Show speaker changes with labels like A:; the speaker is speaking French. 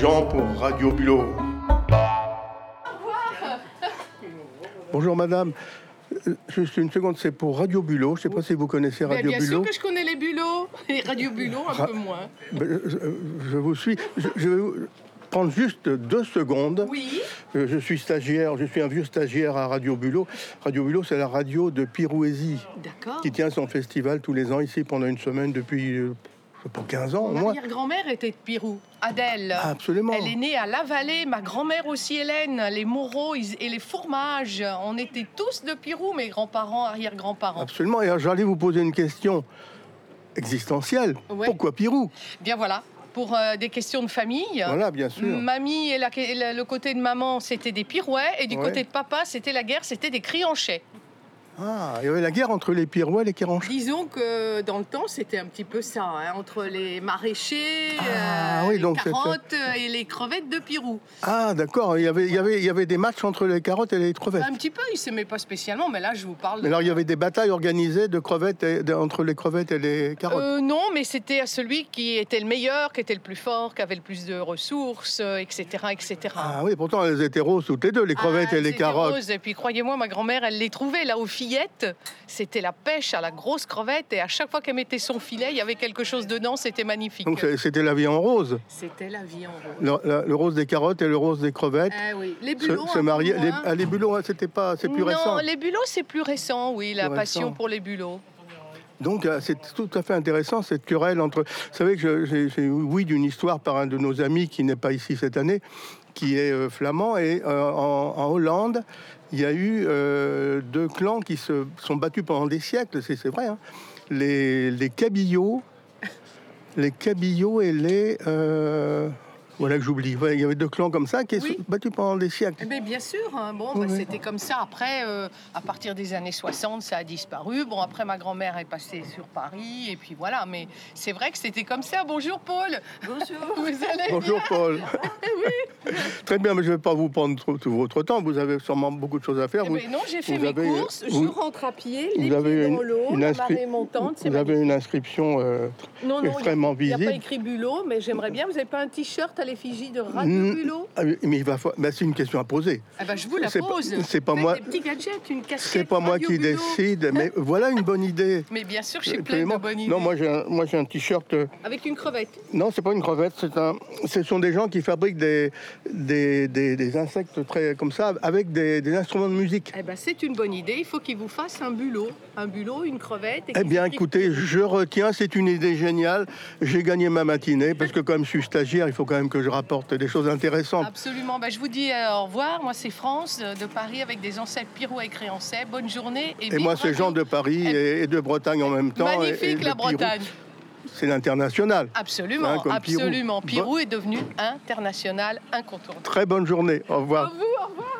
A: Jean pour Radio Bulot. Bonjour madame. Euh, Juste une seconde, c'est pour Radio Bulot. Je ne sais pas si vous connaissez
B: Ben,
A: Radio
B: bien
A: Bulot.
B: sûr que je connais les bulots, les radio bulots un
A: Ra-
B: peu moins.
A: Ben, Je, euh, je vous suis. Je, je vais vous prendre juste deux secondes.
B: Oui.
A: Euh, Je suis stagiaire, je suis un vieux stagiaire à Radio Bulot. Radio Bulot, c'est la radio de Pirouésie
B: D'accord.
A: qui tient son festival tous les ans ici pendant une semaine depuis euh, je sais pas, 15 ans au
B: Ma
A: moins.
B: grand-mère était de Pirou, Adèle.
A: Ah, absolument.
B: Elle est née à La Vallée, ma grand-mère aussi, Hélène, les Moreaux ils- et les Fourmages. On était tous de Pirou, mes grands-parents, arrière-grands-parents.
A: Absolument. Et alors, j'allais vous poser une question existentielle.
B: Ouais.
A: Pourquoi Pirou
B: Bien voilà, pour euh, des questions de famille.
A: Ah. Voilà, bien sûr.
B: Mamie et, la- et la- le côté de maman, c'était des pirouets, et du
A: Ouais.
B: côté de papa, c'était la guerre, c'était des crianchets.
A: Ah, il y avait la guerre entre les Pirouets et les Kéranchais.
B: Disons que dans le temps, c'était un petit peu ça, hein, entre les maraîchers,
A: Ah,
B: euh,
A: oui,
B: les
A: donc c'était-
B: carottes euh, et les crevettes de Pirou.
A: Ah, d'accord. Il y avait, il y avait, il y avait des matchs entre les carottes et les crevettes.
B: Un petit peu, ils s'aimaient pas spécialement, mais là, je vous parle.
A: Mais alors, il y avait des batailles organisées de crevettes et- de- entre les crevettes et les carottes.
B: Euh, non, mais c'était à celui qui était le meilleur, qui était le plus fort, qui avait le plus de ressources, euh, etc., etc.
A: Ah oui, pourtant elles étaient roses toutes les deux, les crevettes
B: Ah,
A: et les
B: c'était
A: carottes.
B: rose. Et puis croyez-moi, ma grand-mère, elle les trouvait là aux fillettes. C'était la pêche à la grosse crevette. Et à chaque fois qu'elle mettait son filet, il y avait quelque chose dedans. C'était magnifique.
A: Donc c'est- c'était la vie en rose.
B: C'était la vie en rose.
A: Le, la- le rose des carottes et le rose des crevettes.
B: Eh oui. Les
A: Se,
B: bulots.
A: se
B: un peu
A: marier.
B: moins.
A: Les, ah, les bulots, hein, c'était pas, c'est plus
B: non,
A: récent.
B: les bulots, c'est plus récent, oui, la
A: Plus
B: passion
A: récent.
B: pour les bulots.
A: Donc euh, c'est tout à fait intéressant cette querelle entre. Vous savez que je- j'ai- j'ai oui d'une histoire par un de nos amis qui n'est pas ici cette année, qui est euh, flamand et euh, en, en Hollande, il y a eu euh, deux clans qui se sont battus pendant des siècles, c'est c'est vrai. hein. Les, les Cabillots, les Cabillots et les euh, voilà que j'oublie. Voilà, il y avait deux clans comme ça qui se
B: Oui.
A: sont battus pendant des siècles.
B: Mais bien sûr, hein, bon,
A: Oui,
B: bah,
A: oui.
B: c'était comme ça. Après, euh, à partir des années 60, ça a disparu. Bon, après, ma grand-mère est passée sur Paris, et puis voilà. Mais c'est vrai que c'était comme ça. Bonjour, Paul. Bonjour. Vous allez Eh
A: Bonjour Paul. Très bien, mais je ne vais pas vous prendre trop- tout votre temps. Vous avez sûrement beaucoup de choses à faire.
B: Eh
A: Vous-
B: ben non, j'ai fait
A: vous
B: mes
A: avez-
B: courses, je
A: vous-
B: rentre à pied,
A: vous
B: les pieds
A: avez une-
B: dans l'eau,
A: une
B: la
A: inscri-
B: marée montante, c'est
A: Vous avez une inscription euh,
B: magnifique. Non, non,
A: extrêmement
B: il n'y a pas
A: visible.
B: écrit Bulot, mais j'aimerais bien, vous n'avez pas un t-shirt à l'effigie de Radio
A: Mm.
B: Bulot
A: Ah oui, mais il va fa- bah, c'est une question à poser.
B: Eh ben, je vous la
A: C'est pas-
B: pose.
A: c'est pas
B: Faites
A: moi-
B: Des petits gadgets, une casquette.
A: C'est pas moi
B: Radio
A: qui
B: Bulot.
A: décide, mais voilà une bonne idée.
B: Mais bien sûr, je suis pleine de
A: Absolument.
B: bonnes idées.
A: Non, moi j'ai un, moi, j'ai un t-shirt. euh,
B: Avec une crevette.
A: Non, c'est pas une crevette, c'est un. Ce sont des gens qui fabriquent des, des, des- des insectes très comme ça avec des, des instruments de musique.
B: Eh ben, c'est une bonne idée. Il faut qu'il vous fasse un bulot. Un bulot, une crevette. et
A: Eh
B: qu'il
A: bien,
B: explique-
A: écoutez, je retiens, c'est une idée géniale. J'ai gagné ma matinée parce que comme je suis stagiaire, il faut quand même que je rapporte des choses intéressantes.
B: Absolument. Ben, je vous dis euh, au revoir. Moi, c'est France euh, de Paris avec des ancêtres Pirou et Créancais. Bonne journée. Et,
A: Et
B: vive
A: moi, c'est
B: Radio.
A: Jean de Paris et et de Bretagne en même temps. et- et
B: Magnifique
A: de
B: la
A: Pirou.
B: Bretagne.
A: C'est l'international. Hein,
B: Absolument,
A: comme Pirou.
B: absolument.
A: Bon.
B: Pirou est devenu international incontournable.
A: Très bonne journée. Au revoir.
B: À vous, au revoir.